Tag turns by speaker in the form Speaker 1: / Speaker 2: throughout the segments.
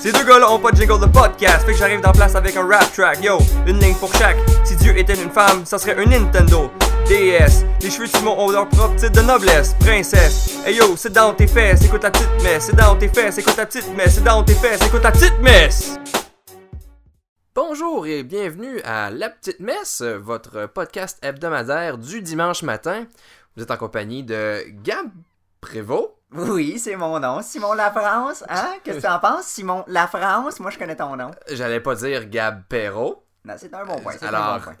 Speaker 1: Ces deux gars-là ont pas de jingle de podcast, fait que j'arrive dans place avec un rap track. Yo, une ligne pour chaque. Si Dieu était une femme, ça serait un Nintendo. DS, les cheveux de Simon ont leur propre titre de noblesse. Princesse, hey yo, c'est dans tes fesses, écoute ta petite messe. C'est dans tes fesses, écoute ta petite messe. C'est dans tes fesses, écoute ta petite messe.
Speaker 2: Bonjour et bienvenue à La Petite Messe, votre podcast hebdomadaire du dimanche matin. Vous êtes en compagnie de Gab Prévost.
Speaker 3: Oui, c'est mon nom. Simon Lafrance, hein? Qu'est-ce que t'en penses? Simon Lafrance, moi je connais ton nom.
Speaker 2: J'allais pas dire Gab Perrault.
Speaker 3: Non, c'est un bon point. c'est un
Speaker 2: Alors,
Speaker 3: bon point.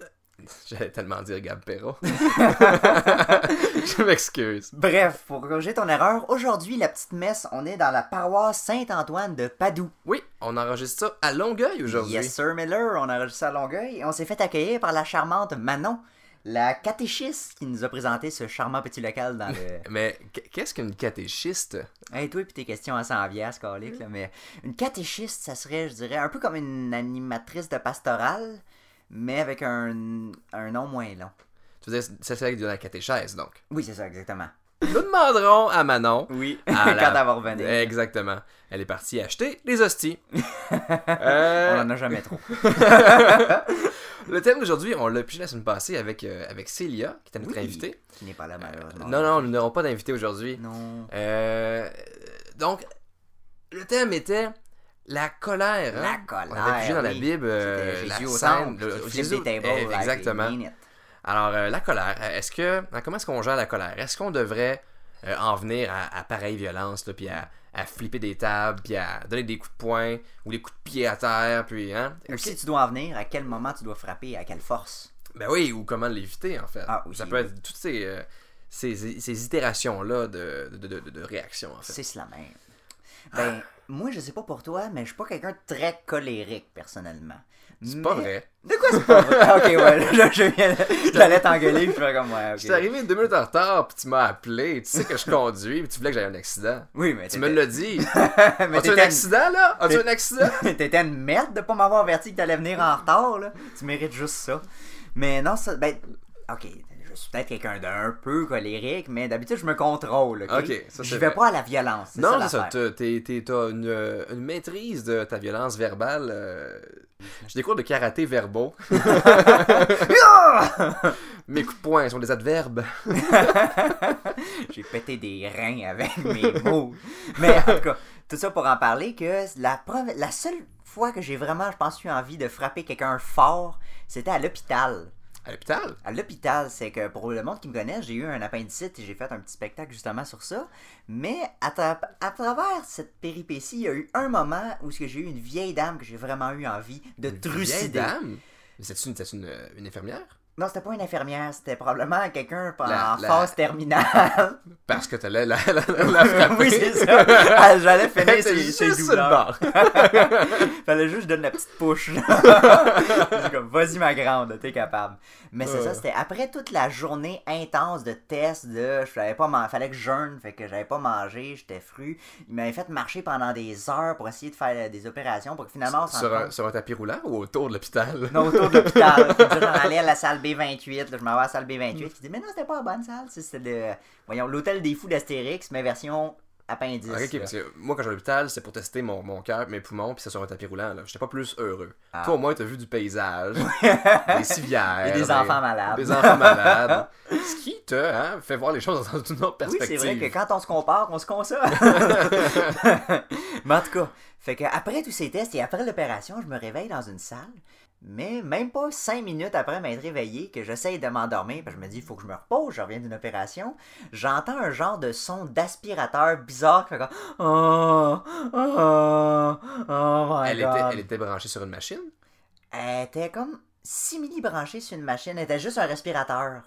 Speaker 2: j'allais tellement dire Gab Perrault. Je m'excuse.
Speaker 3: Bref, pour corriger ton erreur, aujourd'hui, la petite messe, on est dans la paroisse Saint-Antoine de Padoue.
Speaker 2: Oui, on enregistre ça à Longueuil aujourd'hui.
Speaker 3: Yes, Sir Miller, on a enregistré à Longueuil et on s'est fait accueillir par la charmante Manon, la catéchiste qui nous a présenté ce charmant petit local dans le.
Speaker 2: Mais qu- qu'est-ce qu'une catéchiste?
Speaker 3: Hey, toi, puis tes questions à 100 vias, calique, là, mais une catéchiste, ça serait, je dirais, un peu comme une animatrice de pastorale, mais avec un, un nom moins long.
Speaker 2: Tu veux dire, ça c'est de la catéchèse, donc.
Speaker 3: Oui, c'est ça, exactement.
Speaker 2: Nous demanderons à Manon.
Speaker 3: Oui,
Speaker 2: à la-
Speaker 3: quand elle va
Speaker 2: euh,
Speaker 3: revenir.
Speaker 2: Exactement. Elle est partie acheter les hosties.
Speaker 3: On
Speaker 2: Euh,
Speaker 3: en a jamais trop.
Speaker 2: Le thème d'aujourd'hui, on l'a pigé la semaine passée avec, euh, avec Célia, qui était notre
Speaker 3: Oui. Ah,
Speaker 2: invitée.
Speaker 3: Qui n'est pas là, malheureusement.
Speaker 2: Euh, Non, non, nous n'aurons pas d'invité aujourd'hui.
Speaker 3: Non.
Speaker 2: Euh, donc, le thème était la colère. hein?
Speaker 3: La colère.
Speaker 2: On avait pigé dans la
Speaker 3: oui.
Speaker 2: Bible euh,
Speaker 3: C'était
Speaker 2: la
Speaker 3: Jésus au
Speaker 2: scène,
Speaker 3: temple,
Speaker 2: le-
Speaker 3: flip
Speaker 2: Jésus-
Speaker 3: the table,
Speaker 2: eh,
Speaker 3: like,
Speaker 2: exactement.
Speaker 3: mean it.
Speaker 2: Alors, euh, la colère, euh, est-ce que. hein, Comment est-ce qu'on gère la colère Est-ce qu'on devrait euh, en venir à, à pareille violence, là, puis à, à flipper des tables, puis à donner des coups de poing, ou des coups de pied à terre, puis. Hein?
Speaker 3: Ou si tu dois en venir, à quel moment tu dois frapper, à quelle force.
Speaker 2: Ben oui, ou comment l'éviter, en fait.
Speaker 3: Ah oui.
Speaker 2: Ça peut être toutes ces. euh, ces, ces itérations-là de, de, de, de- de réaction, en fait.
Speaker 3: C'est cela même. Ben,
Speaker 2: Ah.
Speaker 3: moi, je sais pas pour toi, mais je suis pas quelqu'un de très colérique, personnellement.
Speaker 2: C'est pas vrai.
Speaker 3: De quoi c'est pas vrai? Ah, ok, ouais, là, je viens. J'allais t'engueuler, puis je fais comme, ouais, ok.
Speaker 2: Je suis arrivé deux minutes en retard, puis tu m'as appelé, tu sais que je conduis, puis tu voulais que j'aie un accident.
Speaker 3: Oui, mais
Speaker 2: Tu me
Speaker 3: t'étais-
Speaker 2: l'as dit.
Speaker 3: mais
Speaker 2: As-tu un
Speaker 3: t'étais une-
Speaker 2: accident, là? As-tu un
Speaker 3: t'étais-
Speaker 2: accident?
Speaker 3: T'étais une merde de pas m'avoir averti que t'allais venir en retard, là. Tu mérites juste ça. Mais non, ça. Ben, ok, je suis peut-être quelqu'un d'un peu colérique, mais d'habitude, je me contrôle, ok?
Speaker 2: Ok, ça,
Speaker 3: Je
Speaker 2: c'est
Speaker 3: vais
Speaker 2: vrai.
Speaker 3: pas à la violence. c'est
Speaker 2: Non,
Speaker 3: ça,
Speaker 2: c'est ça.
Speaker 3: l'affaire.
Speaker 2: T'as t'es- t'es- t'as une, euh, une maîtrise de ta violence verbale. euh, Je découvre de karaté verbaux. Mes coups de poing sont des adverbes.
Speaker 3: J'ai pété des reins avec mes mots. Mais en tout cas, tout ça pour en parler que la, preuve- la seule fois que j'ai vraiment, je pense, eu envie de frapper quelqu'un fort, c'était à l'hôpital.
Speaker 2: À l'hôpital?
Speaker 3: À l'hôpital, c'est que pour le monde qui me connaît, j'ai eu un appendicite et j'ai fait un petit spectacle justement sur ça. Mais à, tra- à travers cette péripétie, il y a eu un moment où ce que j'ai eu une vieille dame que j'ai vraiment eu envie de
Speaker 2: Vieille
Speaker 3: trucider.
Speaker 2: dame? Mais C'est-tu une, c'est-tu une, euh, une infirmière?
Speaker 3: Non, c'était pas une infirmière, c'était probablement quelqu'un en
Speaker 2: La- la-
Speaker 3: phase terminale.
Speaker 2: Parce que t'allais la, la, la, la frapper.
Speaker 3: oui, c'est ça. Ah, J'allais finir
Speaker 2: T'es
Speaker 3: ses,
Speaker 2: juste
Speaker 3: ses
Speaker 2: sur le
Speaker 3: douleurs.
Speaker 2: bord.
Speaker 3: Fallait juste que je donne la petite push. C'est comme, vas-y ma grande, t'es capable. Mais c'est
Speaker 2: Euh.
Speaker 3: ça, c'était après toute la journée intense de tests, de je savais pas, man- fallait que je jeûne, fait que j'avais pas mangé, j'étais fru. Ils m'avaient fait marcher pendant des heures pour essayer de faire euh, des opérations pour que finalement on s'en
Speaker 2: sur, un, sur un tapis roulant ou autour de l'hôpital?
Speaker 3: non, autour de l'hôpital. Puis là, J'en allais à la salle B28, là, je m'en vais à la salle B28.
Speaker 2: Mm.
Speaker 3: Qui dit, mais non, c'était pas la bonne salle, c'est- c'était le, voyons, l'hôtel des fous d'Astérix, mais version appendice.
Speaker 2: Ok, ok,
Speaker 3: là.
Speaker 2: parce que moi, quand j'étais à l'hôpital, c'est pour tester mon, mon cœur, mes poumons, puis c'est sur un tapis roulant. là. J'étais pas plus heureux.
Speaker 3: Ah.
Speaker 2: Toi, au moins, t'as vu du paysage, des civières. ben,
Speaker 3: Et des enfants malades.
Speaker 2: Des enfants malades. Ce qui te hein, fait voir les choses dans une autre
Speaker 3: Oui, c'est
Speaker 2: perspective.
Speaker 3: vrai que quand on se compare, on se console. mais en tout cas, fait que après tous ces tests et après l'opération, je me réveille dans une salle. Mais même pas cinq minutes après m'être réveillé, que j'essaye de m'endormir, parce que je me dis, il faut que je me repose, je reviens d'une opération, j'entends un genre de son d'aspirateur bizarre qui fait comme Oh, oh, oh my
Speaker 2: elle,
Speaker 3: God.
Speaker 2: était, elle était branchée sur une machine.
Speaker 3: Elle était comme simili-branchée sur une machine, elle était juste un respirateur.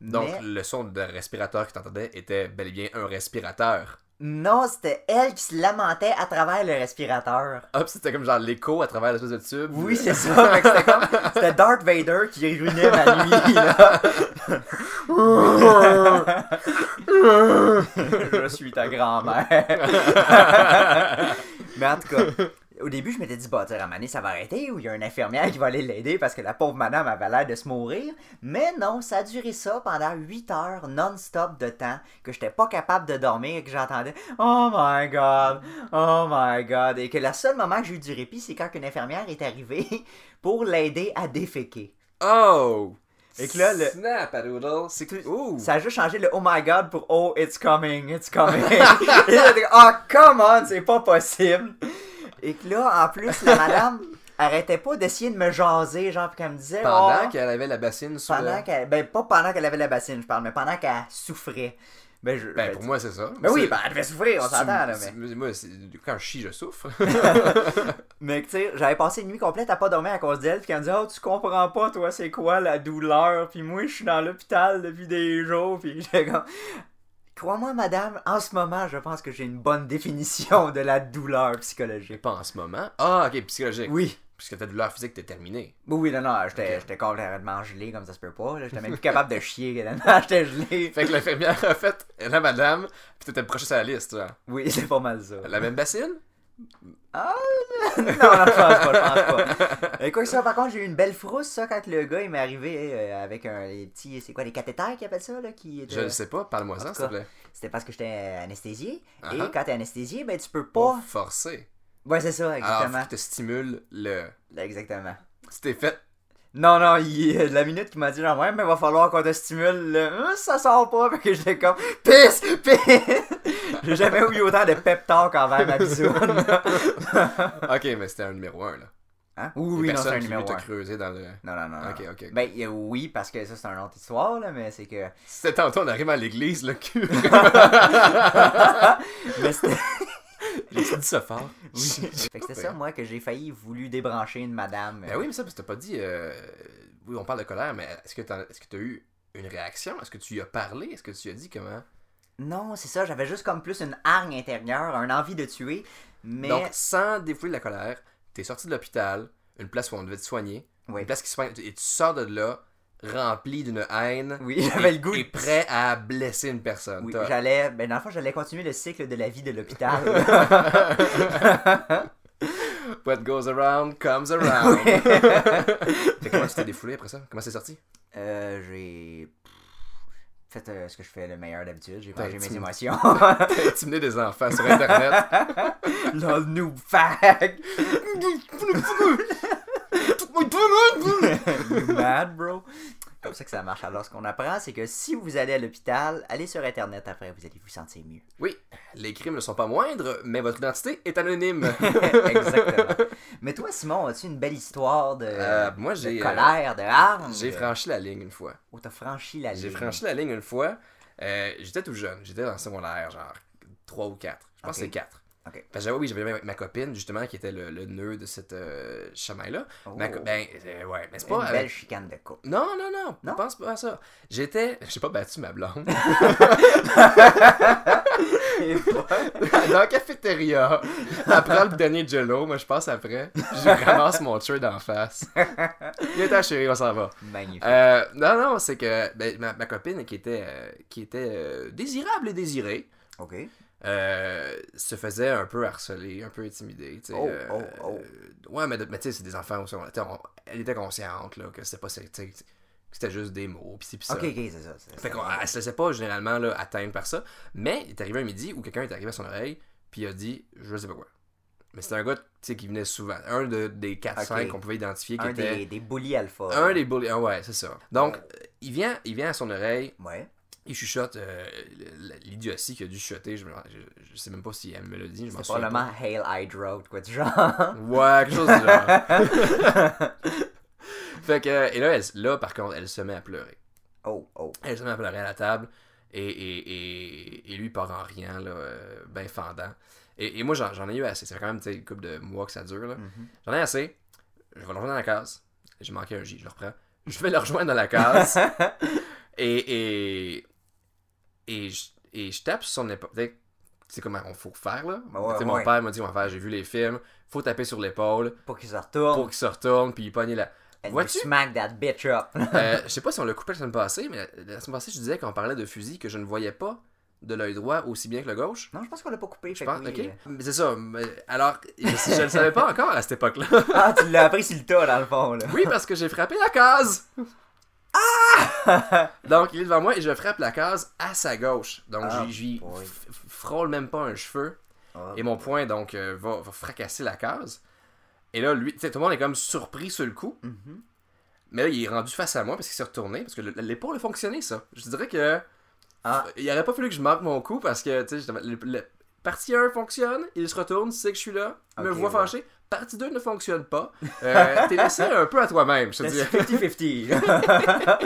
Speaker 2: Donc,
Speaker 3: Mais-
Speaker 2: le son de respirateur que t'entendais était bel et bien un respirateur.
Speaker 3: Non, c'était elle qui se lamentait à travers le respirateur.
Speaker 2: Hop, c'était comme genre l'écho à travers l'espèce de tube.
Speaker 3: Oui, c'est ça. Fait que c'était comme- C'était Darth Vader qui ruinait ma nuit. là. Je suis ta grand-mère. Mais en tout cas, au début, je m'étais dit, bah, tu sais, à un moment donné, ça va arrêter ou il y a une infirmière qui va aller l'aider parce que la pauvre madame avait l'air de se mourir. Mais non, ça a duré ça pendant 8 heures non-stop de temps que j'étais pas capable de dormir et que j'entendais Oh my god, oh my god. Et que le seul moment que j'ai eu du répit, c'est quand une infirmière est arrivée pour l'aider à déféquer.
Speaker 2: Oh!
Speaker 3: Et que là, le-
Speaker 2: Snap à doodle, c'est que. Ouh!
Speaker 3: Ça a juste changé le Oh my god pour Oh it's coming, it's coming. et là, j'étais comme, Ah, come on, c'est pas possible. Et que là, en plus, la madame arrêtait pas d'essayer de me jaser, genre, puis qu'elle me disait.
Speaker 2: Pendant
Speaker 3: Oh,
Speaker 2: qu'elle avait la bassine sous
Speaker 3: pendant
Speaker 2: le-
Speaker 3: qu'elle- Ben, pas pendant qu'elle avait la bassine, je parle, mais pendant qu'elle souffrait. Ben, je.
Speaker 2: Ben, pour moi, c'est ça.
Speaker 3: Ben oui,
Speaker 2: C'est-
Speaker 3: ben, elle devait souffrir, on
Speaker 2: c'est-
Speaker 3: s'entend, là, mais.
Speaker 2: c'est- Moi, c'est- quand je chie, je souffre.
Speaker 3: Mais que, tu sais, j'avais passé une nuit complète à pas dormir à cause d'elle, puis qu'elle me disait Oh, tu comprends pas, toi, c'est quoi la douleur, puis moi, je suis dans l'hôpital depuis des jours, puis j'étais comme. Crois-moi, madame, en ce moment, je pense que j'ai une bonne définition de la douleur psychologique.
Speaker 2: pas en ce moment. Ah, ok, psychologique.
Speaker 3: Oui.
Speaker 2: Puisque ta douleur physique, t'es terminée.
Speaker 3: Oui, oui, non, non, j'étais
Speaker 2: Ok.
Speaker 3: j'étais complètement gelé, comme ça se peut pas, là. J'étais même plus capable de chier, tellement j'étais gelé.
Speaker 2: Fait que l'infirmière a fait la madame, puis t'étais proche sur la liste, genre.
Speaker 3: Oui, c'est pas mal ça.
Speaker 2: La même bassine?
Speaker 3: non, non, je pense pas, je pense pas. Et quoi que ça, par contre, j'ai eu une belle frousse, ça, quand le gars, il m'est arrivé euh, avec un, les petits, c'est quoi, les cathéters qui appellent ça, là, qui euh, étaient-
Speaker 2: Je ne sais pas, parle-moi
Speaker 3: en
Speaker 2: ça,
Speaker 3: tout
Speaker 2: s'il te
Speaker 3: cas,
Speaker 2: plaît.
Speaker 3: C'était parce que j'étais anesthésié.
Speaker 2: Uh-huh.
Speaker 3: Et quand t'es anesthésié, ben tu peux pas.
Speaker 2: Forcer.
Speaker 3: Ouais, c'est ça,
Speaker 2: Alors, faut
Speaker 3: exactement.
Speaker 2: que te stimule le.
Speaker 3: Exactement.
Speaker 2: Tu t'es fait.
Speaker 3: Non, non, il, euh, la minute qu'il m'a dit, genre, ouais, mais va falloir qu'on te stimule, là, Hum, ça sort pas, parce que j'étais comme, pisse, pisse. J'ai jamais eu autant de pep talk envers ma bisoune.
Speaker 2: Ok, mais c'était un numéro 1, là.
Speaker 3: Hein?
Speaker 2: Il y a
Speaker 3: Oui, oui, non,
Speaker 2: personne
Speaker 3: c'est un
Speaker 2: qui
Speaker 3: numéro
Speaker 2: t'a
Speaker 3: un.
Speaker 2: creusé dans le.
Speaker 3: Non, non, non. non.
Speaker 2: Ok, ok.
Speaker 3: Ben, il y a- oui, parce que ça, c'est une autre histoire, là, mais c'est que.
Speaker 2: C'était tantôt, on arrive à l'église, le cul.
Speaker 3: Mais c'était-
Speaker 2: J'ai dit ça fort.
Speaker 3: oui. Fait que c'était ça, moi, que j'ai failli voulu débrancher une madame.
Speaker 2: Ben oui, mais ça, parce que t'as pas dit. euh, Oui, on parle de colère, mais est-ce que t'as est-ce que t'as eu une réaction Est-ce que tu y as parlé Est-ce que tu as dit comment
Speaker 3: Non, c'est ça, j'avais juste comme plus une hargne intérieure, un envie de tuer, mais...
Speaker 2: Donc, sans défouler la colère, t'es sorti de l'hôpital, une place où on devait te soigner,
Speaker 3: Oui.
Speaker 2: une place qui se soigne, et tu sors de là rempli d'une haine.
Speaker 3: Oui, j'avais le goût de-
Speaker 2: Et euh, prêt à blesser une personne.
Speaker 3: Oui,
Speaker 2: T'as-
Speaker 3: j'allais... Ben, dans le fond, j'allais continuer le cycle de la vie de l'hôpital.
Speaker 2: What goes around comes around. Fait comment tu t'es défoulé après ça Comment c'est sorti
Speaker 3: euh, j'ai... Fait euh, ce que je fais le meilleur d'habitude, j'ai
Speaker 2: T'as
Speaker 3: mangé mes
Speaker 2: intimidé.
Speaker 3: émotions.
Speaker 2: T'as intimidé des enfants sur internet.
Speaker 3: Lol, noob fag! You mad, bro? Comme ça que ça marche. Alors, ce qu'on apprend, c'est que si vous allez à l'hôpital, allez sur Internet après, vous allez vous sentir mieux.
Speaker 2: Oui, les crimes ne sont pas moindres, mais votre identité est anonyme.
Speaker 3: Exactement. Mais toi, Simon, as-tu une belle histoire de,
Speaker 2: Euh, moi, j'ai,
Speaker 3: de
Speaker 2: euh,
Speaker 3: colère, de harme?
Speaker 2: J'ai franchi la ligne une fois.
Speaker 3: Ou t'as franchi la ligne?
Speaker 2: J'ai franchi la ligne une fois. Euh, j'étais tout jeune, j'étais dans le secondaire, genre 3 ou 4. Je pense
Speaker 3: Ok.
Speaker 2: que c'est 4.
Speaker 3: Ok.
Speaker 2: Parce que j'avais- oui, j'avais ma- ma copine, justement, qui était le, le nœud de cette euh, chamaille-là.
Speaker 3: Oh.
Speaker 2: Ma co- ben, euh, ouais, mais c'est
Speaker 3: Une
Speaker 2: pas.
Speaker 3: belle
Speaker 2: avec-
Speaker 3: chicane de couple.
Speaker 2: Non, non, non,
Speaker 3: Non?
Speaker 2: ne pense pas à ça. J'étais. J'ai pas battu ma blonde. dans la cafétéria. Après le dernier jello, moi je passe après. Je ramasse mon trait d'en face. Il est temps, chérie, on s'en va.
Speaker 3: Magnifique.
Speaker 2: Euh, non, non, c'est que ben, ma, ma copine qui était, euh, qui était euh, désirable et désirée
Speaker 3: OK.
Speaker 2: euh, se faisait un peu harceler, un peu intimider. tu sais,
Speaker 3: Oh,
Speaker 2: euh,
Speaker 3: oh, oh.
Speaker 2: euh, ouais, mais, de- mais tu sais, c'est des enfants aussi. on- tu sais, on- elle était consciente là, que c'était pas. c'est- tu sais, que c'était juste des mots, pis c'est pis ça.
Speaker 3: OK, OK, c'est ça. c'est ça.
Speaker 2: Fait qu'on elle se laissait pas généralement là, atteindre par ça. Mais il est arrivé un midi où quelqu'un est arrivé à son oreille puis il a dit je sais pas quoi. Mais c'était un gars tu sais, qui venait souvent. Un de- des 4-5
Speaker 3: Ok.
Speaker 2: qu'on pouvait identifier qui
Speaker 3: Un
Speaker 2: était.
Speaker 3: des, des bullies alpha.
Speaker 2: Un des bullies. Ah ouais, c'est ça. Donc, euh, il, vient, il vient à son oreille,
Speaker 3: Ouais.
Speaker 2: il chuchote euh, l- l'idiotie qu'il a dû chuchoter. Je, me- je- je sais même pas si elle me l'a dit. Je m'en
Speaker 3: C'est
Speaker 2: souviens
Speaker 3: probablement Hail Hydra ou de quoi du genre.
Speaker 2: pas. Ouais, quelque chose du genre. fait que, et là, elle- là, par contre, elle se met à pleurer.
Speaker 3: Oh, oh.
Speaker 2: Elle se met à pleurer à la table. Et, et, et, et lui part en riant, là, euh, ben fendant. Et, et moi, j'en j'en ai eu assez. Ça fait quand même tu sais, une couple de mois que ça dure. là.
Speaker 3: Mhm.
Speaker 2: J'en ai assez. Je vais le rejoindre dans la case. J'ai manqué un J, je le reprends. Je vais le rejoindre dans la case. et et, et, je, et je tape sur son épaule. Tu sais comment on faut faire là.
Speaker 3: Ben ouais,
Speaker 2: Tu sais, mon
Speaker 3: ouais.
Speaker 2: père m'a dit comment faire, j'ai vu les films. Faut taper sur l'épaule
Speaker 3: Pour qu'ils se retournent.
Speaker 2: pour qu'il se retourne puis il pogne la.
Speaker 3: And you
Speaker 2: Vois-tu?
Speaker 3: smack that bitch up.
Speaker 2: Euh, je sais pas si on l'a coupé la semaine passée, mais la, la semaine passée, je disais qu'on parlait de fusil que je ne voyais pas de l'œil droit aussi bien que le gauche.
Speaker 3: Non, je pense qu'on l'a pas coupé.
Speaker 2: Je
Speaker 3: fait
Speaker 2: pense,
Speaker 3: que oui,
Speaker 2: ok.
Speaker 3: euh.
Speaker 2: Mais C'est ça. mais- Alors, je ne le savais pas encore à cette époque-là.
Speaker 3: Ah, tu l'as appris sur le tas, dans le fond, là.
Speaker 2: Oui, parce que j'ai frappé la case. Donc, il est devant moi et je frappe la case à sa gauche. Donc,
Speaker 3: Ah,
Speaker 2: j'y- j'y
Speaker 3: boy.
Speaker 2: f- f- frôle même pas un cheveu.
Speaker 3: Ah,
Speaker 2: Et mon poing, donc, euh, va, va fracasser la case. Et là, lui, tu sais, tout le monde est comme surpris sur le coup.
Speaker 3: mhm.
Speaker 2: Mais là, il est rendu face à moi parce qu'il s'est retourné. Parce que le- l'épaule a fonctionné, ça. Je dirais que.
Speaker 3: Ah.
Speaker 2: Il aurait pas fallu que je manque mon coup parce que, tu sais, justement, le- le- partie 1 fonctionne, il se retourne, il sait que je suis là, il me
Speaker 3: Ok,
Speaker 2: voit
Speaker 3: ouais.
Speaker 2: fâché. Partie 2 ne fonctionne pas. Euh, T'es laissé un peu à toi-même, je te
Speaker 3: C'est
Speaker 2: dis.
Speaker 3: 50-50. là.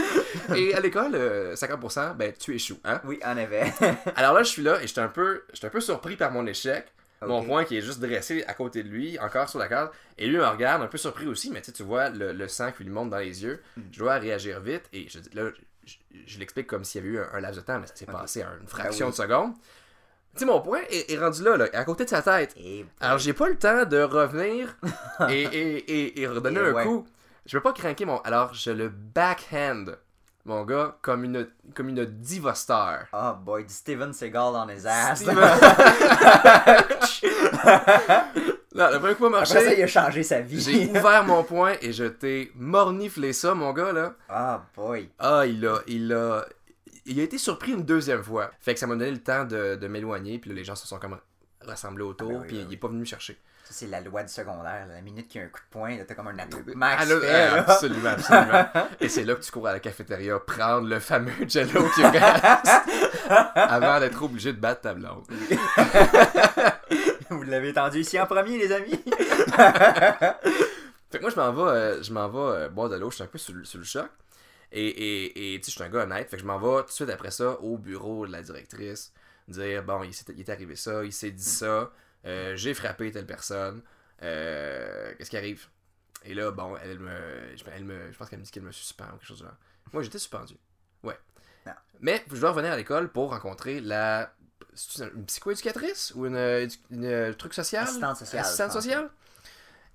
Speaker 2: Et à l'école, euh, 50%, ben tu échoues, hein?
Speaker 3: oui, en effet.
Speaker 2: Alors là, je suis là et j'étais un peu, j'étais un peu surpris par mon échec. Mon
Speaker 3: Ok.
Speaker 2: point qui est juste dressé à côté de lui, encore sur la case. Et lui me regarde, un peu surpris aussi, mais tu sais, tu vois le, le sang qui lui monte dans les yeux.
Speaker 3: Hmm.
Speaker 2: Je dois réagir vite et je, dis- là, je, je l'explique comme s'il y avait eu un, un laps de temps, mais ça s'est passé à une fraction
Speaker 3: Ah oui.
Speaker 2: de seconde. Tu sais, mon point est, est rendu là, là, à côté de sa tête.
Speaker 3: Et...
Speaker 2: Alors, j'ai pas le temps de revenir et, et, et, et redonner
Speaker 3: Et
Speaker 2: un
Speaker 3: ouais.
Speaker 2: coup. Je peux pas craquer mon. Alors, je le backhand, mon gars, comme une, comme une diva star.
Speaker 3: Oh boy, du Steven Seagal dans les ass.
Speaker 2: Steven- Là, le premier coup a
Speaker 3: Après ça,
Speaker 2: marché.
Speaker 3: il a changé sa
Speaker 2: J'ai
Speaker 3: vie.
Speaker 2: ouvert mon poing et je t'ai morniflé ça, mon gars, là.
Speaker 3: Ah boy.
Speaker 2: Ah, il a, il a, il a été surpris une deuxième fois. Fait que ça m'a donné le temps de, de m'éloigner, puis là, les gens se sont comme rassemblés autour,
Speaker 3: Ah ben oui,
Speaker 2: puis
Speaker 3: ben
Speaker 2: il
Speaker 3: oui.
Speaker 2: est pas venu me chercher.
Speaker 3: Ça, c'est la loi du secondaire. là. La minute qu'il y a un coup de poing, là, t'as comme un attroupement
Speaker 2: Ah,
Speaker 3: qui
Speaker 2: là,
Speaker 3: se fait,
Speaker 2: euh,
Speaker 3: là.
Speaker 2: absolument, absolument. Et c'est là que tu cours à la cafétéria prendre le fameux jello qui reste avant d'être obligé de battre ta blonde.
Speaker 3: Vous l'avez entendu ici en premier, les amis.
Speaker 2: Fait que moi, je m'en vais, euh, je m'en vais euh, boire de l'eau, je suis un peu sur, le- sur le choc. Et, et, et, tu sais, je suis un gars honnête, fait que je m'en vais tout de suite après ça au bureau de la directrice, dire bon, il, s'est- il est arrivé ça, il s'est dit ça, euh, j'ai frappé telle personne, euh, qu'est-ce qui arrive Et là, bon, elle me, je, elle me, je pense qu'elle me dit qu'elle me suspend ou quelque chose du genre. Moi, j'étais suspendu. Ouais.
Speaker 3: Non.
Speaker 2: Mais je dois revenir à l'école pour rencontrer la. c'est une psychoéducatrice ou une, euh, édu- une, euh, truc social
Speaker 3: Assistante sociale,
Speaker 2: Assistante
Speaker 3: je pense.
Speaker 2: sociale.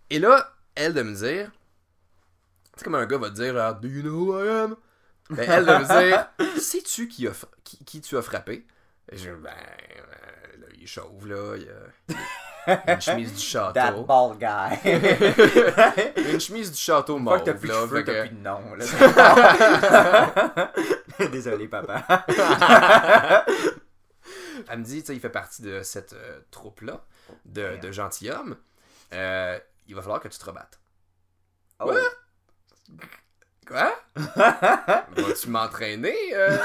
Speaker 2: Et là, elle de me dire. C'est comme un gars va te dire genre, Do you know who I am? Ben, elle de me dire Sais-tu qui, a fra- qui, qui tu as frappé? Et Je ben, euh, là, il est chauve, là. Il a, il a une chemise du
Speaker 3: That
Speaker 2: château.
Speaker 3: ball guy.
Speaker 2: Il a une chemise du château
Speaker 3: Pas
Speaker 2: mauve,
Speaker 3: que t'as plus de
Speaker 2: là.
Speaker 3: cheveux,
Speaker 2: fait
Speaker 3: t'as
Speaker 2: que-
Speaker 3: plus de nom. là. Désolé, papa.
Speaker 2: Elle me dit, tu sais, il fait partie de cette euh, troupe-là, de,
Speaker 3: Merde.
Speaker 2: de gentilshommes. Euh, il va falloir que tu te rebattes.
Speaker 3: Oh.
Speaker 2: Ouais. Quoi? Vas-tu m'entraîner? euh,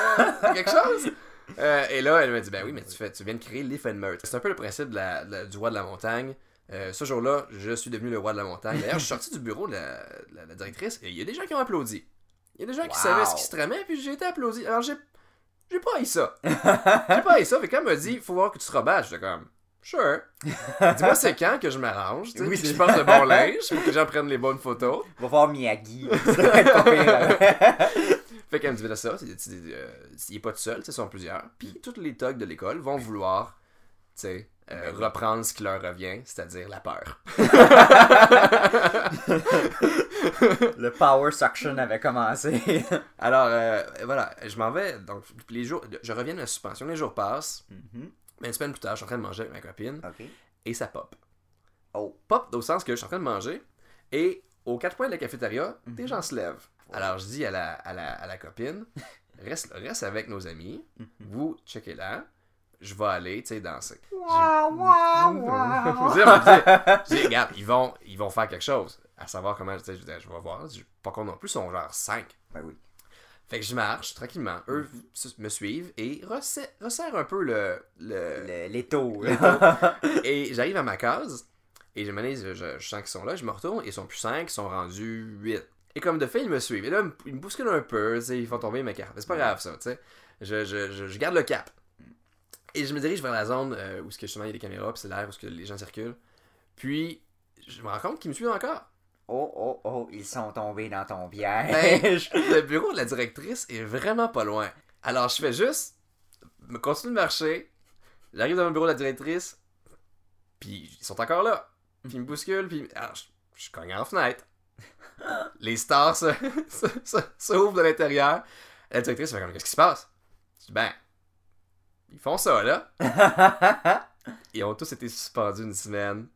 Speaker 2: quelque chose? Euh, et là, elle me dit, ben oui, mais tu, fais, tu viens de créer l'effet de meurtre. C'est un peu le principe de la- de la- du roi de la montagne. Euh, ce jour-là, je suis devenu le roi de la montagne. D'ailleurs, je suis sorti du bureau de la, de la- de la directrice et il y a des gens qui ont applaudi. Il y a des gens qui
Speaker 3: Wow.
Speaker 2: savaient ce qui se tramait, puis j'ai été applaudi. Alors, j'ai j'ai pas eu ça. J'ai pas eu ça, mais quand elle m'a dit, faut voir que tu te rebats, j'étais comme, sure. Dis-moi, c'est quand que je m'arrange, tu sais,
Speaker 3: Oui,
Speaker 2: puis que je
Speaker 3: c'est-
Speaker 2: porte le bon linge pour que j'en prenne les bonnes photos.
Speaker 3: Va voir Miyagi. Ça va être pas pire, hein. là.
Speaker 2: Fait qu'elle me dit, mais là, ça, c'est- c'est- euh, il est pas tout seul, tu sais, ils sont plusieurs. Puis tous les togs de l'école vont vouloir, tu sais, euh, reprendre ce qui leur revient, c'est-à-dire la peur.
Speaker 3: Le power suction avait commencé.
Speaker 2: Alors, euh, voilà, je m'en vais, donc, puis les jours, je reviens de la suspension, les jours passent,
Speaker 3: Mhm.
Speaker 2: mais une semaine plus tard, je suis en train de manger avec ma copine,
Speaker 3: Ok.
Speaker 2: et ça pop.
Speaker 3: Oh.
Speaker 2: Pop au sens que je suis en train de manger, et aux quatre coins de la cafétéria, des gens se lèvent. Alors, je dis à la, à la, à la copine, reste, reste avec nos amis, vous checkez là, je vais aller, tu sais, danser.
Speaker 3: Waouh, waouh,
Speaker 2: Je
Speaker 3: waouh.
Speaker 2: veux dire, je veux dire, regarde, ils vont, ils vont faire quelque chose. À savoir comment, tu sais, je, veux dire, je vais voir. Je suis pas con non plus, ils sont genre 5.
Speaker 3: Ben oui.
Speaker 2: Fait que je marche tranquillement. Eux se- me suivent et resserre resserrent un peu le. le-
Speaker 3: Le- les taux. là.
Speaker 2: Et j'arrive à ma case et je, me dis, je, je- je sens qu'ils sont là. Je me retourne et ils sont plus 5, ils sont rendus 8. Et comme de fait, ils me suivent. Et là, ils me- ils me bousculent un peu, tu sais, ils font tomber mes cartes. Mais C'est pas grave ça, tu sais. Je, je- je- je garde le cap. Et je me dirige vers la zone euh, où ce que, justement il y a des caméras, puis c'est l'air où ce que les gens circulent. Puis, je me rends compte qu'ils me suivent encore.
Speaker 3: Oh, oh, oh, ils sont tombés dans ton piège.
Speaker 2: le bureau de la directrice est vraiment pas loin. Alors, je fais juste me continuer de marcher. J'arrive devant le bureau de la directrice, puis ils sont encore là. Puis ils me bousculent, puis alors, je, je cogne à la fenêtre. Les stars se, se, se- se ouvrent de l'intérieur. La directrice fait comme Qu'est-ce qui se passe Je dis Ben, Ils font ça, là. Ils ont tous été suspendus une semaine.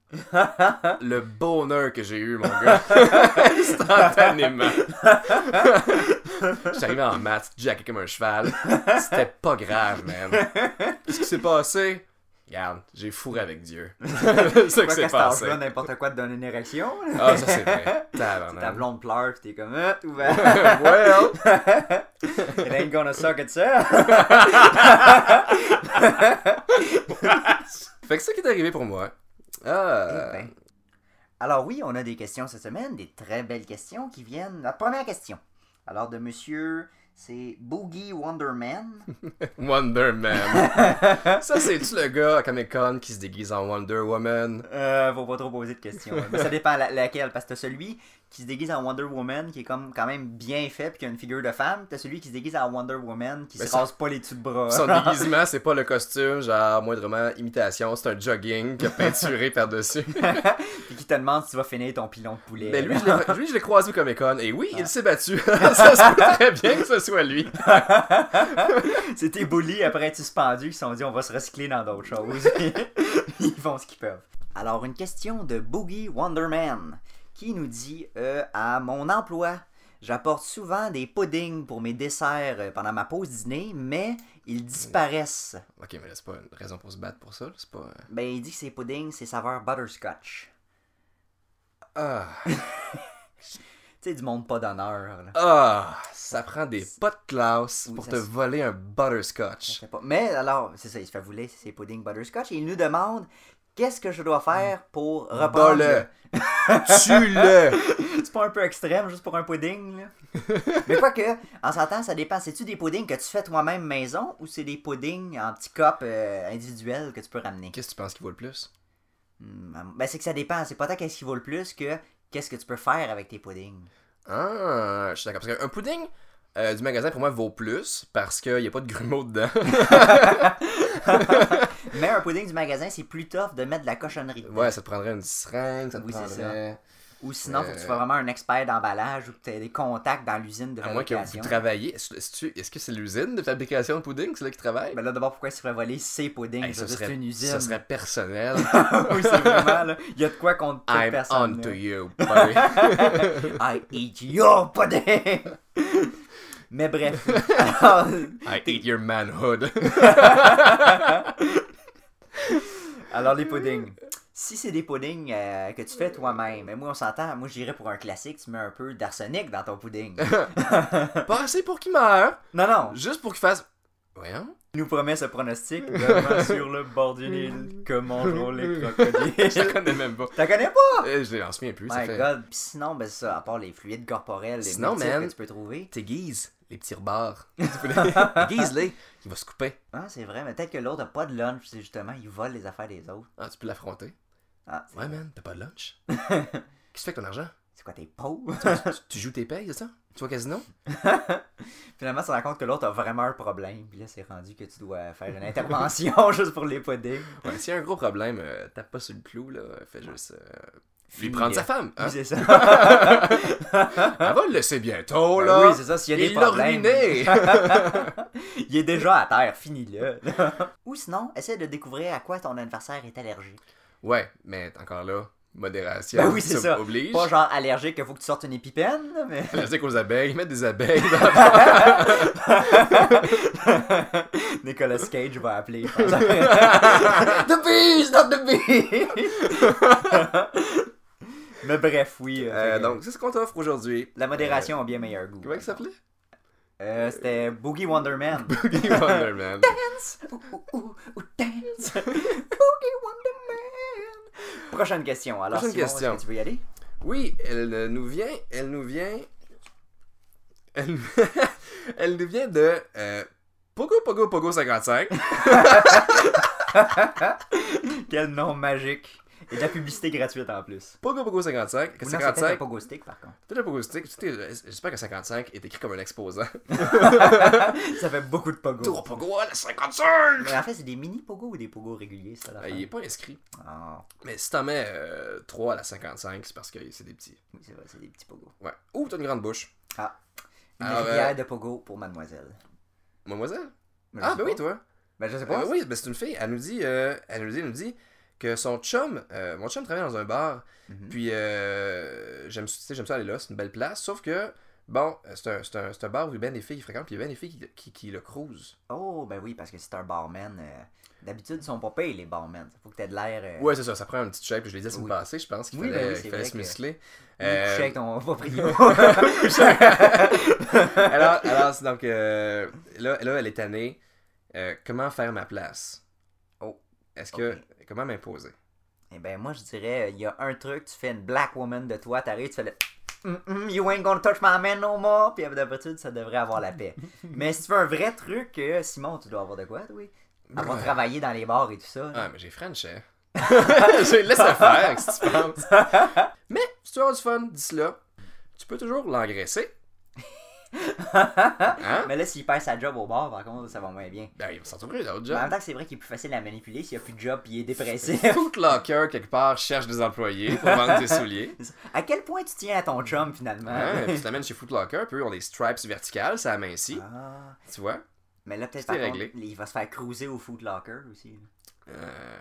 Speaker 2: Le bonheur que j'ai eu, mon gars. Instantanément. J'étais arrivé en maths, jacké comme un cheval. C'était pas grave, man. Qu'est-ce qui s'est passé? Regarde, j'ai fourré avec Dieu. c'est ça qui
Speaker 3: Quoi
Speaker 2: s'est
Speaker 3: qu'à cet
Speaker 2: passé.
Speaker 3: âge-là, n'importe quoi te donne une érection.
Speaker 2: Ah, ça c'est vrai.
Speaker 3: Ta
Speaker 2: Tabarnak.
Speaker 3: blonde pleure, pis t'es comme, euh, tout va.
Speaker 2: well.
Speaker 3: It ain't gonna suck at ça.
Speaker 2: Fait que c'est ça qui est arrivé pour moi. Ah.
Speaker 3: Eh ben. Alors oui, on a des questions cette semaine, des très belles questions qui viennent. La première question, alors de monsieur, c'est Boogie Wonderman.
Speaker 2: Wonder Man. ça, c'est-tu le gars à Comic Con qui se déguise en Wonder Woman?
Speaker 3: Euh, faut pas trop poser de questions. hein. Mais ça dépend la- laquelle, parce que t'as celui qui se déguise en Wonder Woman, qui est comme quand même bien fait, puis qui a une figure de femme. T'as celui qui se déguise en Wonder Woman, qui
Speaker 2: Ben,
Speaker 3: se
Speaker 2: ça-
Speaker 3: rase pas les dessous de bras.
Speaker 2: Son déguisement, c'est pas le costume, genre moindrement imitation, c'est un jogging qui a peinturé par-dessus.
Speaker 3: puis qui te demande si tu vas finir ton pilon de poulet.
Speaker 2: Mais Ben, lui, je l'ai- lui, je l'ai croisé au Comic Con, et oui, il s'est battu. ça se peut très bien que ce soit lui.
Speaker 3: C'était bully après être suspendu, ils se sont dit on va se recycler dans d'autres choses. ils font ce qu'ils peuvent. Alors une question de Boogie Wonderman qui nous dit euh, à mon emploi, j'apporte souvent des puddings pour mes desserts euh, pendant ma pause dîner, mais ils disparaissent.
Speaker 2: Ok, mais là, c'est pas une raison pour se battre pour ça, là, c'est pas. euh,
Speaker 3: Ben il dit que ces puddings c'est saveur butterscotch.
Speaker 2: Ah,
Speaker 3: Tu sais du monde pas d'honneur là.
Speaker 2: ah, ça prend des pas de classe pour
Speaker 3: ça
Speaker 2: te
Speaker 3: se-
Speaker 2: voler un
Speaker 3: Je
Speaker 2: butterscotch.
Speaker 3: sais pas. Mais alors, c'est ça, il se fait voler ces puddings butterscotch et il nous demande qu'est-ce que je dois faire pour reprendre
Speaker 2: Bats-le! Tue-le!
Speaker 3: C'est pas un peu extrême juste pour un pudding, là? Mais quoi que, en s'entend, ça dépend. C'est-tu des puddings que tu fais toi-même maison ou c'est des puddings en petits cups euh, individuels que tu peux ramener?
Speaker 2: Qu'est-ce que tu penses qu'il vaut le plus?
Speaker 3: Hmm, ben, c'est que ça dépend. C'est pas tant qu'est-ce qui vaut le plus que qu'est-ce que tu peux faire avec tes puddings.
Speaker 2: Ah, je suis d'accord. Parce qu'un pudding euh, du magasin, pour moi, vaut plus parce qu'il n'y a pas de grumeaux dedans.
Speaker 3: Mais un pudding du magasin, c'est plus tough de mettre de la cochonnerie. dedans.
Speaker 2: ouais, ça te prendrait une seringue, ça te
Speaker 3: Oui, c'est
Speaker 2: prendrait...
Speaker 3: Ou sinon, faut que tu sois vraiment un expert d'emballage ou que tu aies des contacts dans l'usine de
Speaker 2: À moins que vous
Speaker 3: fabrication.
Speaker 2: travaillez... Est-ce est-ce tu- est-ce que c'est l'usine de fabrication de pudding, c'est là qui travaille?
Speaker 3: Mais Ben là, d'abord, pourquoi il se ferait voler ses puddings?
Speaker 2: Hey,
Speaker 3: c'est
Speaker 2: ça,
Speaker 3: juste
Speaker 2: serait,
Speaker 3: une usine.
Speaker 2: ça serait personnel.
Speaker 3: Oui, c'est vraiment, là. Il y a de quoi contre toute
Speaker 2: I'm
Speaker 3: personne.
Speaker 2: on
Speaker 3: là.
Speaker 2: to you, buddy.
Speaker 3: I eat your pudding! Mais bref. Alors,
Speaker 2: I eat your manhood.
Speaker 3: alors, les puddings. Si c'est des puddings euh, que tu fais toi-même, et moi on s'entend, moi j'irais pour un classique, tu mets un peu d'arsenic dans ton pudding.
Speaker 2: Pas assez pour qu'il meure,
Speaker 3: Non, non,
Speaker 2: juste pour qu'il fasse... Voyons.
Speaker 3: je nous promets ce pronostic vraiment sur le bord d'une île que mangeront les
Speaker 2: Je la
Speaker 3: crocodiles.
Speaker 2: connais même pas.
Speaker 3: T'en connais pas?
Speaker 2: Euh, Je l'en souviens plus, ça
Speaker 3: Ah! My
Speaker 2: fait...
Speaker 3: god, pis sinon, ben ça, à part les fluides corporels, les
Speaker 2: Sinon,
Speaker 3: multiples
Speaker 2: man.
Speaker 3: que tu peux trouver.
Speaker 2: T'aiguises les petits rebards. Aiguise-les, il va se couper.
Speaker 3: Ah, c'est vrai, mais peut-être que l'autre a pas de lunch, c'est justement, il vole les affaires des autres.
Speaker 2: Ah, tu peux l'affronter.
Speaker 3: Ah, c'est
Speaker 2: Ouais, man, t'as pas de lunch. Qu'est-ce que tu fais avec ton argent?
Speaker 3: c'est quoi tes pauvres?
Speaker 2: Tu, tu joues tes payes, c'est ça? Tu vas au casino?
Speaker 3: Finalement, tu te rends compte que l'autre a vraiment un problème. Puis là, c'est rendu que tu dois faire une intervention juste pour les poder.
Speaker 2: Ouais, s'il y a un gros problème, euh, tape pas sur le clou, là. Fais juste. euh, lui
Speaker 3: Fini,
Speaker 2: prendre
Speaker 3: euh,
Speaker 2: sa femme. hein.
Speaker 3: Oui, c'est ça.
Speaker 2: Elle va le laisser bientôt,
Speaker 3: Ben
Speaker 2: là.
Speaker 3: oui, c'est ça. S'il y a des
Speaker 2: Il l'a
Speaker 3: problèmes,
Speaker 2: ruiné.
Speaker 3: il est déjà à terre. Finis-le. Ou sinon, essaie de découvrir à quoi ton adversaire est allergique.
Speaker 2: ouais, mais encore là, modération.
Speaker 3: Ben oui, c'est ça.
Speaker 2: Oblige.
Speaker 3: Pas genre allergique qu'il faut que tu sortes une épipène, là, mais
Speaker 2: Je sais qu'aux abeilles, mettre des abeilles dans
Speaker 3: Nicolas Cage va appeler. je pense. the bees, not the bees. mais bref, oui. euh,
Speaker 2: Euh,
Speaker 3: fait que
Speaker 2: Donc, c'est ce qu'on t'offre aujourd'hui.
Speaker 3: La modération a bien meilleur goût.
Speaker 2: Comment il s'appelait?
Speaker 3: Euh, C'était Boogie Wonderman.
Speaker 2: Boogie Wonder Man.
Speaker 3: Ou, ou, ou, ou dance. Boogie Wonderman. Prochaine question. Alors,
Speaker 2: Prochaine question.
Speaker 3: Simon, est-ce que tu veux y aller?
Speaker 2: Oui, elle euh, nous vient. Elle nous vient. Elle, elle nous vient de euh, Pogo Pogo Pogo 55.
Speaker 3: Quel nom magique. Et de la publicité gratuite en plus.
Speaker 2: Pogo Pogo 55. que
Speaker 3: Ou non, c'est peut-être un
Speaker 2: 55.
Speaker 3: Pogo Stick, par contre.
Speaker 2: Peut-être le Pogo Stick. tu sais, J'espère que 55 est écrit comme un exposant.
Speaker 3: Ça fait beaucoup de Pogo.
Speaker 2: Tour Pogo à la 55!
Speaker 3: Mais en fait, c'est des mini Pogo ou des Pogo réguliers, ça? la
Speaker 2: Euh, il
Speaker 3: fin?
Speaker 2: est pas inscrit.
Speaker 3: Ah,
Speaker 2: Mais si t'en mets 3 à la 55, c'est parce que c'est des petits.
Speaker 3: oui, c'est vrai, c'est des petits Pogo.
Speaker 2: Ouais. Ou t'as une grande bouche.
Speaker 3: Ah, une
Speaker 2: Alors,
Speaker 3: rivière
Speaker 2: euh,
Speaker 3: de Pogo pour mademoiselle.
Speaker 2: Mademoiselle?
Speaker 3: Mais je
Speaker 2: Ah,
Speaker 3: sais
Speaker 2: ben oui,
Speaker 3: pas.
Speaker 2: toi.
Speaker 3: Ben, je sais
Speaker 2: Euh,
Speaker 3: pas.
Speaker 2: oui, ben, c'est une fille. Elle nous dit, euh, elle nous dit, elle nous dit que son chum, euh, mon chum travaille dans un bar.
Speaker 3: Mhm.
Speaker 2: Puis euh, j'aime tu sais, j'aime ça aller là, c'est une belle place. Sauf que, bon, euh, c'est un, c'est un- c'est un bar où il y a bien des filles qui fréquentent, puis il y a bien des filles qui, qui, qui le cruisent.
Speaker 3: Oh, ben oui, parce que c'est un barman. euh, D'habitude, ils sont pas payés, les barmen. Faut que t'aies de l'air. euh,
Speaker 2: Ouais, c'est ça, ça prend un petit check. puis Je l'ai dit la semaine
Speaker 3: Oui.
Speaker 2: passée, je pense qu'il
Speaker 3: Oui, ben
Speaker 2: fallait,
Speaker 3: oui,
Speaker 2: qu'il
Speaker 3: c'est
Speaker 2: fallait
Speaker 3: vrai
Speaker 2: se
Speaker 3: que-
Speaker 2: muscler.
Speaker 3: oui,
Speaker 2: Euh,
Speaker 3: coucher avec ton proprio.
Speaker 2: alors, alors, c'est donc, euh, là, là, elle est tannée. Euh, comment faire ma place
Speaker 3: Oh.
Speaker 2: Est-ce que.
Speaker 3: Ok.
Speaker 2: Comment m'imposer
Speaker 3: Eh ben moi, je dirais, euh, il y a un truc, tu fais une black woman de toi, t'arrives, tu fais le. Mm, mm, you ain't gonna touch my man no more. Puis d'habitude, ça devrait avoir la paix. Mais si tu veux un vrai truc, euh, Simon, tu dois avoir de quoi, oui. Avoir
Speaker 2: Ouais.
Speaker 3: travaillé dans les bars et tout ça.
Speaker 2: Ah, mais j'ai French, hein. Je laisse le faire, si tu penses. Mais, si tu as du fun, dis là. Tu peux toujours l'engraisser. Hein?
Speaker 3: Mais là, s'il perd sa job au bar, par contre, ça va moins bien.
Speaker 2: Ben, il va s'en trouver d'autres
Speaker 3: Mais en
Speaker 2: jobs.
Speaker 3: même temps, c'est vrai qu'il est plus facile à manipuler s'il n'y a plus de job puis il est dépressif.
Speaker 2: Foot Locker, quelque part, cherche des employés pour vendre des souliers.
Speaker 3: à quel point tu tiens à ton chum finalement
Speaker 2: Hein? Puis tu l'amènes chez Foot Locker, puis eux ont des stripes verticales, ça amincit.
Speaker 3: Ah.
Speaker 2: Tu vois?
Speaker 3: Mais là, peut-être
Speaker 2: C'est
Speaker 3: par contre,
Speaker 2: réglé.
Speaker 3: il va se faire cruiser au Foot Locker aussi.
Speaker 2: Euh,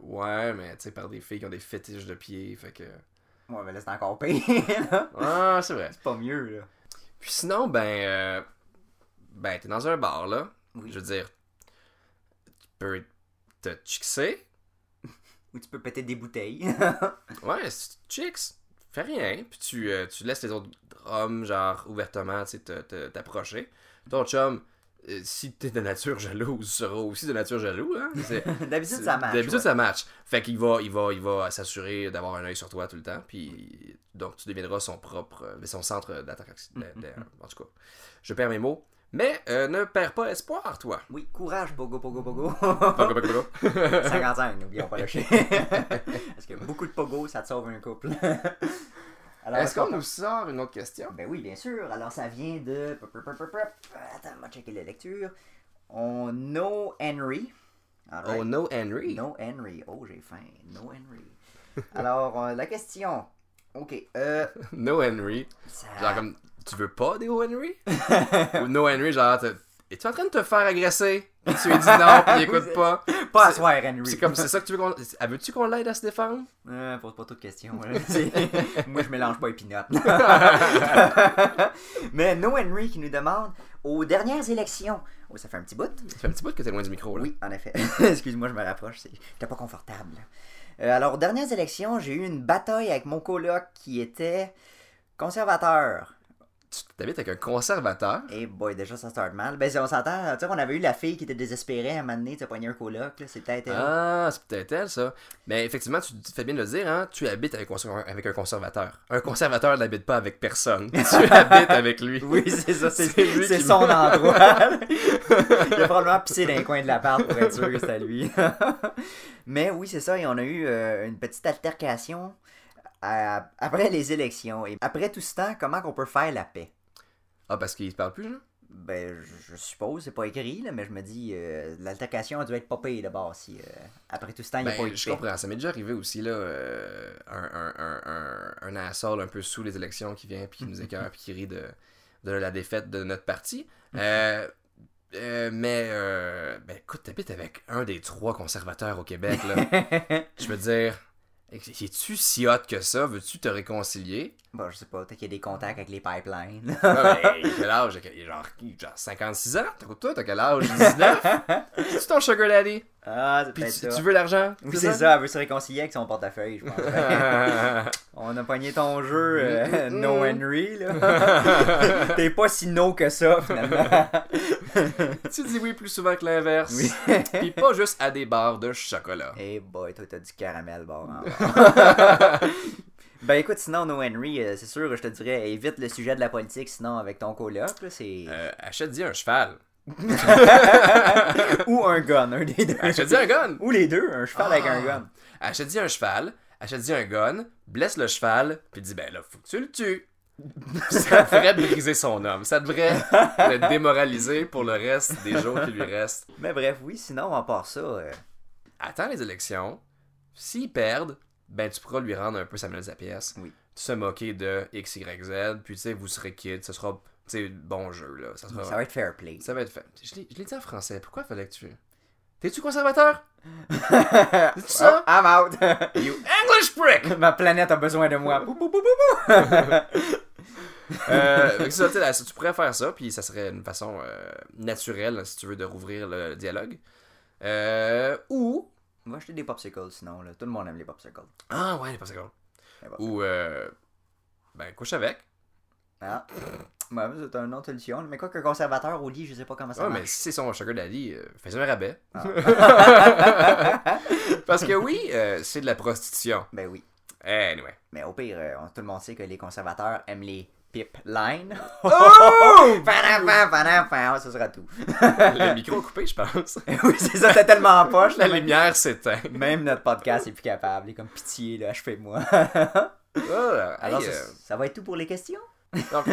Speaker 2: ouais, mais tu sais, par des filles qui ont des fétiches de pieds, fait que.
Speaker 3: Ouais, mais là, c'est encore pire. là.
Speaker 2: Ah, c'est vrai.
Speaker 3: c'est pas mieux, là.
Speaker 2: Puis sinon, ben. euh, ben, t'es dans un bar, là.
Speaker 3: Oui.
Speaker 2: Je veux dire. Tu peux te chixer.
Speaker 3: Ou tu peux péter des bouteilles.
Speaker 2: Ouais, si tu te chixes, fais rien. Puis tu, euh, tu laisses les autres hommes, genre, ouvertement, tu sais, te- te- t'approcher. Ton chum. euh, Si t'es de nature jalouse, sera aussi de nature jalouse. Hein? C'est-
Speaker 3: D'habitude, ça marche.
Speaker 2: D'habitude,
Speaker 3: ouais.
Speaker 2: ça match. Fait qu'il va, il va, il va s'assurer d'avoir un œil sur toi tout le temps. Puis donc, tu deviendras son propre, euh, son centre d'attraction.
Speaker 3: Mm-hmm.
Speaker 2: de- de- En tout cas, je perds mes mots. Mais euh, ne perds pas espoir, toi.
Speaker 3: Oui, courage, Bogo Pogo Pogo.
Speaker 2: Pogo, pogo, pogo.
Speaker 3: 51, n'oublions pas le chien. Parce que beaucoup de Pogo, ça te sauve un couple. Alors,
Speaker 2: Est-ce qu'on
Speaker 3: parle-
Speaker 2: nous sort une autre question
Speaker 3: Ben oui, bien sûr. Alors, ça vient de. Attends, on va checker la lecture. On No Henry. All right.
Speaker 2: Oh no, Henry.
Speaker 3: No Henry. Oh, j'ai faim. No Henry. Alors, euh, la question. Ok. Euh,
Speaker 2: No Henry.
Speaker 3: ça...
Speaker 2: Genre comme, tu veux pas des O Henry Ou no Henry, genre, t'es- es-tu en train de te faire agresser Puis Tu lui dis non, puis il écoute pas.
Speaker 3: Pas à soir, Henry.
Speaker 2: C'est comme, c'est ça que tu veux qu'on. Ah, Veux-tu qu'on l'aide à se défendre
Speaker 3: Euh, pose pas toute question. là. C'est- Moi, je mélange pas les peanuts. Mais No Henry qui nous demande aux dernières élections. Oh, ça fait un petit bout.
Speaker 2: Ça fait un petit bout que t'es loin du micro, là.
Speaker 3: Oui, en effet. Excuse-moi, je me rapproche. c'est- J'étais pas confortable. Euh, alors, aux dernières élections, j'ai eu une bataille avec mon coloc qui était conservateur.
Speaker 2: tu t'habites avec un conservateur.
Speaker 3: Et boy, déjà, ça start mal. Ben, si on s'entend, tu sais, on avait eu la fille qui était désespérée à un moment donné, tu sais, pogner un coloc, là, c'est peut-être elle.
Speaker 2: Ah, c'est peut-être elle, ça. Mais effectivement, tu tu fais bien de le dire, hein, tu habites avec, conser- avec un conservateur. Un conservateur n'habite pas avec personne. Tu habites avec lui.
Speaker 3: Oui, c'est ça, c'est
Speaker 2: C'est lui
Speaker 3: c'est
Speaker 2: qui-
Speaker 3: son endroit. là. Il a probablement pissé dans les coins de l'appart pour être sûr que c'est à lui. Mais oui, c'est ça, et on a eu euh, une petite altercation à- après les élections. Et après tout ce temps, comment qu'on peut faire la paix?
Speaker 2: Ah, parce qu'il se parle plus, là?
Speaker 3: Ben, je- je suppose, c'est pas écrit, là, mais je me dis, euh, l'altercation a dû être pas payée d'abord si euh, après tout ce temps, il n'y a pas eu
Speaker 2: Ben,
Speaker 3: de
Speaker 2: je
Speaker 3: paix.
Speaker 2: comprends. Ça m'est déjà arrivé aussi, là, euh, un, un, un, un, un asshole un peu sous les élections qui vient, puis qui nous écœure, puis qui rit de, de la défaite de notre parti.
Speaker 3: Mhm.
Speaker 2: Euh, euh, mais, euh, ben, écoute, t'habites avec un des trois conservateurs au Québec, là. Je veux dire, es-tu si hot que ça? Veux-tu te réconcilier?
Speaker 3: Bon, je sais pas, peut-être qu'il y a des contacts avec les pipelines.
Speaker 2: Ah, ben, quel âge? Il a genre, genre 56 ans? T'as toi, t'as quel âge? 19? C'est ton sugar daddy?
Speaker 3: ah, c'est
Speaker 2: Puis
Speaker 3: peut-être
Speaker 2: tu,
Speaker 3: ça.
Speaker 2: tu veux l'argent?
Speaker 3: Oui, c'est ça, elle veut se réconcilier avec son portefeuille, je pense.
Speaker 2: ça?
Speaker 3: On a pogné ton jeu, euh,
Speaker 2: Mm, mm,
Speaker 3: No
Speaker 2: mm.
Speaker 3: Henry, là. T'es pas si no que ça, finalement.
Speaker 2: Tu dis oui plus souvent que l'inverse.
Speaker 3: Oui.
Speaker 2: Puis pas juste à des barres de chocolat.
Speaker 3: Eh boy, toi, t'as du caramel, bon. en bas. ben écoute, sinon, No Henry, euh, c'est sûr, je te dirais, évite le sujet de la politique, sinon, avec ton coloc, là, c'est...
Speaker 2: Euh, Achète-y un cheval.
Speaker 3: Ou un gun, un des deux.
Speaker 2: Achète-y un gun.
Speaker 3: Ou les deux, un cheval avec un gun.
Speaker 2: Achète-y un cheval. Achète-y un gun. Blesse le cheval. Puis dis, ben là, faut que tu le tues. Ça devrait briser son homme. Ça devrait le démoraliser pour le reste des jours qui lui restent.
Speaker 3: Mais bref, oui, sinon, on part ça. euh,
Speaker 2: Attends les élections. S'ils perdent, ben tu pourras lui rendre un peu sa menace à pièce.
Speaker 3: Oui.
Speaker 2: Tu se moquer de X, Y, Z. Puis tu sais, vous serez quitte. Ce sera, tu sais, bon jeu, là. Ça sera...
Speaker 3: Ça va être fair play.
Speaker 2: Ça va être fait. Je l'ai je l'ai dit en français. Pourquoi fallait que tu. T'es-tu conservateur? Dis-tu ça?
Speaker 3: Oh, I'm out.
Speaker 2: You English prick!
Speaker 3: Ma planète a besoin de moi. Bou, bou, bou, bou.
Speaker 2: Euh, fait que c'est ça, tu sais, là, tu pourrais faire ça, puis ça serait une façon euh, naturelle, si tu veux, de rouvrir le dialogue. Euh, ou.
Speaker 3: On va acheter des popsicles sinon. Là. Tout le monde aime les popsicles.
Speaker 2: Ah ouais, pas seconde.
Speaker 3: Mais Eh, bon.
Speaker 2: Ou. euh, ben, couche avec.
Speaker 3: Ah. Ouais, c'est un autre solution. Mais quoi qu'un conservateur au lit, je sais pas comment ça
Speaker 2: Ouais, Ah, mais
Speaker 3: marche.
Speaker 2: si c'est son sugar daddy, euh, fais-le un rabais.
Speaker 3: Ah.
Speaker 2: Parce que oui, euh, c'est de la prostitution.
Speaker 3: Ben oui.
Speaker 2: Anyway.
Speaker 3: Mais au pire, euh, on- tout le monde sait que les conservateurs aiment les pipelines.
Speaker 2: Oh!
Speaker 3: Padam, pam, padam, pam, ce sera tout.
Speaker 2: le micro est coupé, je pense.
Speaker 3: oui, c'est ça, t'es tellement en poche.
Speaker 2: La
Speaker 3: Là,
Speaker 2: lumière s'éteint.
Speaker 3: Même notre podcast est plus capable. Il est comme pitié, là, achevez-moi.
Speaker 2: Voilà.
Speaker 3: Alors,
Speaker 2: Hey,
Speaker 3: ça,
Speaker 2: euh,
Speaker 3: ça va être tout pour les questions?
Speaker 2: donc,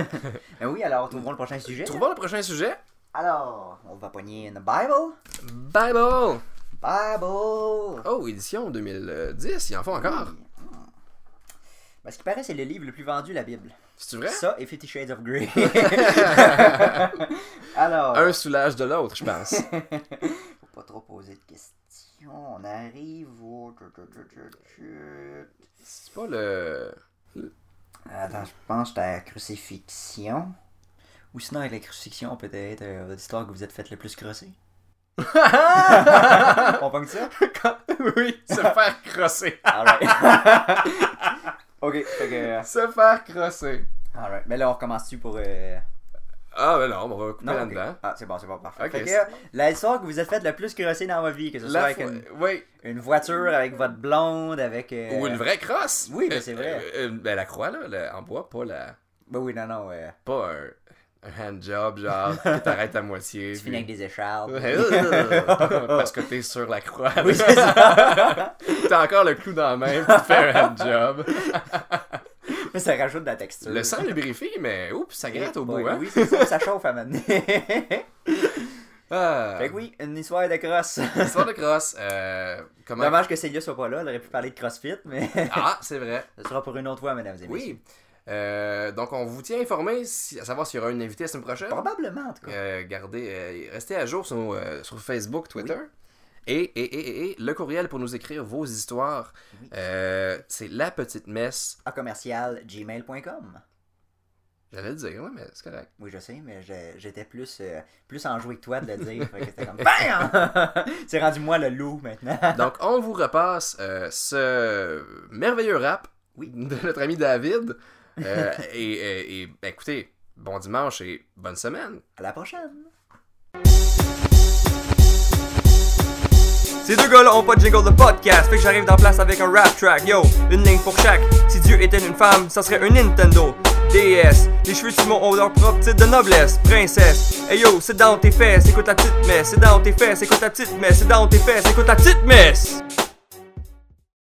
Speaker 3: Ben oui, alors, trouvons le prochain sujet.
Speaker 2: trouvons le prochain sujet.
Speaker 3: Alors, on va pogner une Bible.
Speaker 2: Bible!
Speaker 3: Bible!
Speaker 2: Oh, édition 2010, ils en font
Speaker 3: Hmm.
Speaker 2: encore.
Speaker 3: Parce qu'il Ben, paraît, c'est le livre le plus vendu, la Bible.
Speaker 2: C'est vrai?
Speaker 3: Ça et Fifty Shades of Grey. Alors,
Speaker 2: Un soulage de l'autre, je pense.
Speaker 3: faut pas trop poser de questions. On arrive au.
Speaker 2: C'est pas le.
Speaker 3: Attends, je pense que c'est à la crucifixion. Ou sinon, avec la crucifixion, peut-être euh, votre histoire que vous êtes faite le plus crosser. On pogne ça?
Speaker 2: Quand- oui, se faire crosser.
Speaker 3: Alright. ok, fait que. euh,
Speaker 2: se faire crosser.
Speaker 3: Alright. Mais là, on recommence-tu pour. euh,
Speaker 2: Ah, ben non, on va couper
Speaker 3: Non, ok.
Speaker 2: là-dedans.
Speaker 3: Ah, c'est bon, c'est bon, parfait.
Speaker 2: Ok,
Speaker 3: Fait que,
Speaker 2: c'est
Speaker 3: euh, la histoire que vous êtes faite le plus crosser dans votre vie, que ce soit
Speaker 2: La
Speaker 3: avec
Speaker 2: fois...
Speaker 3: une,
Speaker 2: Oui,
Speaker 3: une voiture, avec votre blonde, avec. euh,
Speaker 2: ou une vraie crosse.
Speaker 3: oui, mais c'est vrai.
Speaker 2: Euh, euh, ben la croix, là, le- en bois, pas la.
Speaker 3: Ben oui, non, non. euh,
Speaker 2: Pas un, un handjob, genre, que t'arrêtes à moitié.
Speaker 3: tu finis avec des écharpes.
Speaker 2: Parce que t'es sur la croix.
Speaker 3: Oui, c'est ça.
Speaker 2: T'as encore le clou dans la main, puis tu fais un handjob.
Speaker 3: Mais ça rajoute de la texture.
Speaker 2: Le sang lubrifie, mais oups, ça gratte au bout, hein?
Speaker 3: Oui, c'est ça, ça chauffe à mener. fait
Speaker 2: Ah.
Speaker 3: que oui, une histoire de cross.
Speaker 2: Histoire de crosse. Euh, comment...
Speaker 3: Dommage que Célia soit pas là, elle aurait pu parler de CrossFit, mais
Speaker 2: Ah, c'est vrai.
Speaker 3: ce sera pour une autre fois, mesdames et messieurs.
Speaker 2: Oui. Euh, donc, on vous tient informé si- à savoir s'il y aura une invitée la semaine prochaine.
Speaker 3: Probablement, en tout cas.
Speaker 2: Euh, gardez, euh, restez à jour sur, nos, euh, sur Facebook, Twitter. Et, et, et, et, et le courriel pour nous écrire vos histoires, euh, c'est la petite messe.
Speaker 3: À commercial gmail.com.
Speaker 2: J'allais le dire, ouais, mais c'est correct.
Speaker 3: Oui, je sais, mais je- j'étais plus, euh, plus enjoué que toi de le dire. fait que c'était comme BAM! C'est rendu moi le loup maintenant.
Speaker 2: Donc, on vous repasse euh, ce merveilleux rap de notre ami David. Euh, et, et- et, ben, écoutez, bon dimanche et bonne semaine.
Speaker 3: À la prochaine!
Speaker 1: Ces deux gars-là ont pas de jingle de podcast, fait que j'arrive dans place avec un rap track. Yo, une ligne pour chaque. Si Dieu était une femme, ça serait un Nintendo. DS, les cheveux de Simon ont leur propre titre de noblesse. Princesse, hey yo, c'est dans tes fesses, écoute la petite messe. C'est dans tes fesses, écoute la petite messe. C'est dans tes fesses, écoute la petite messe.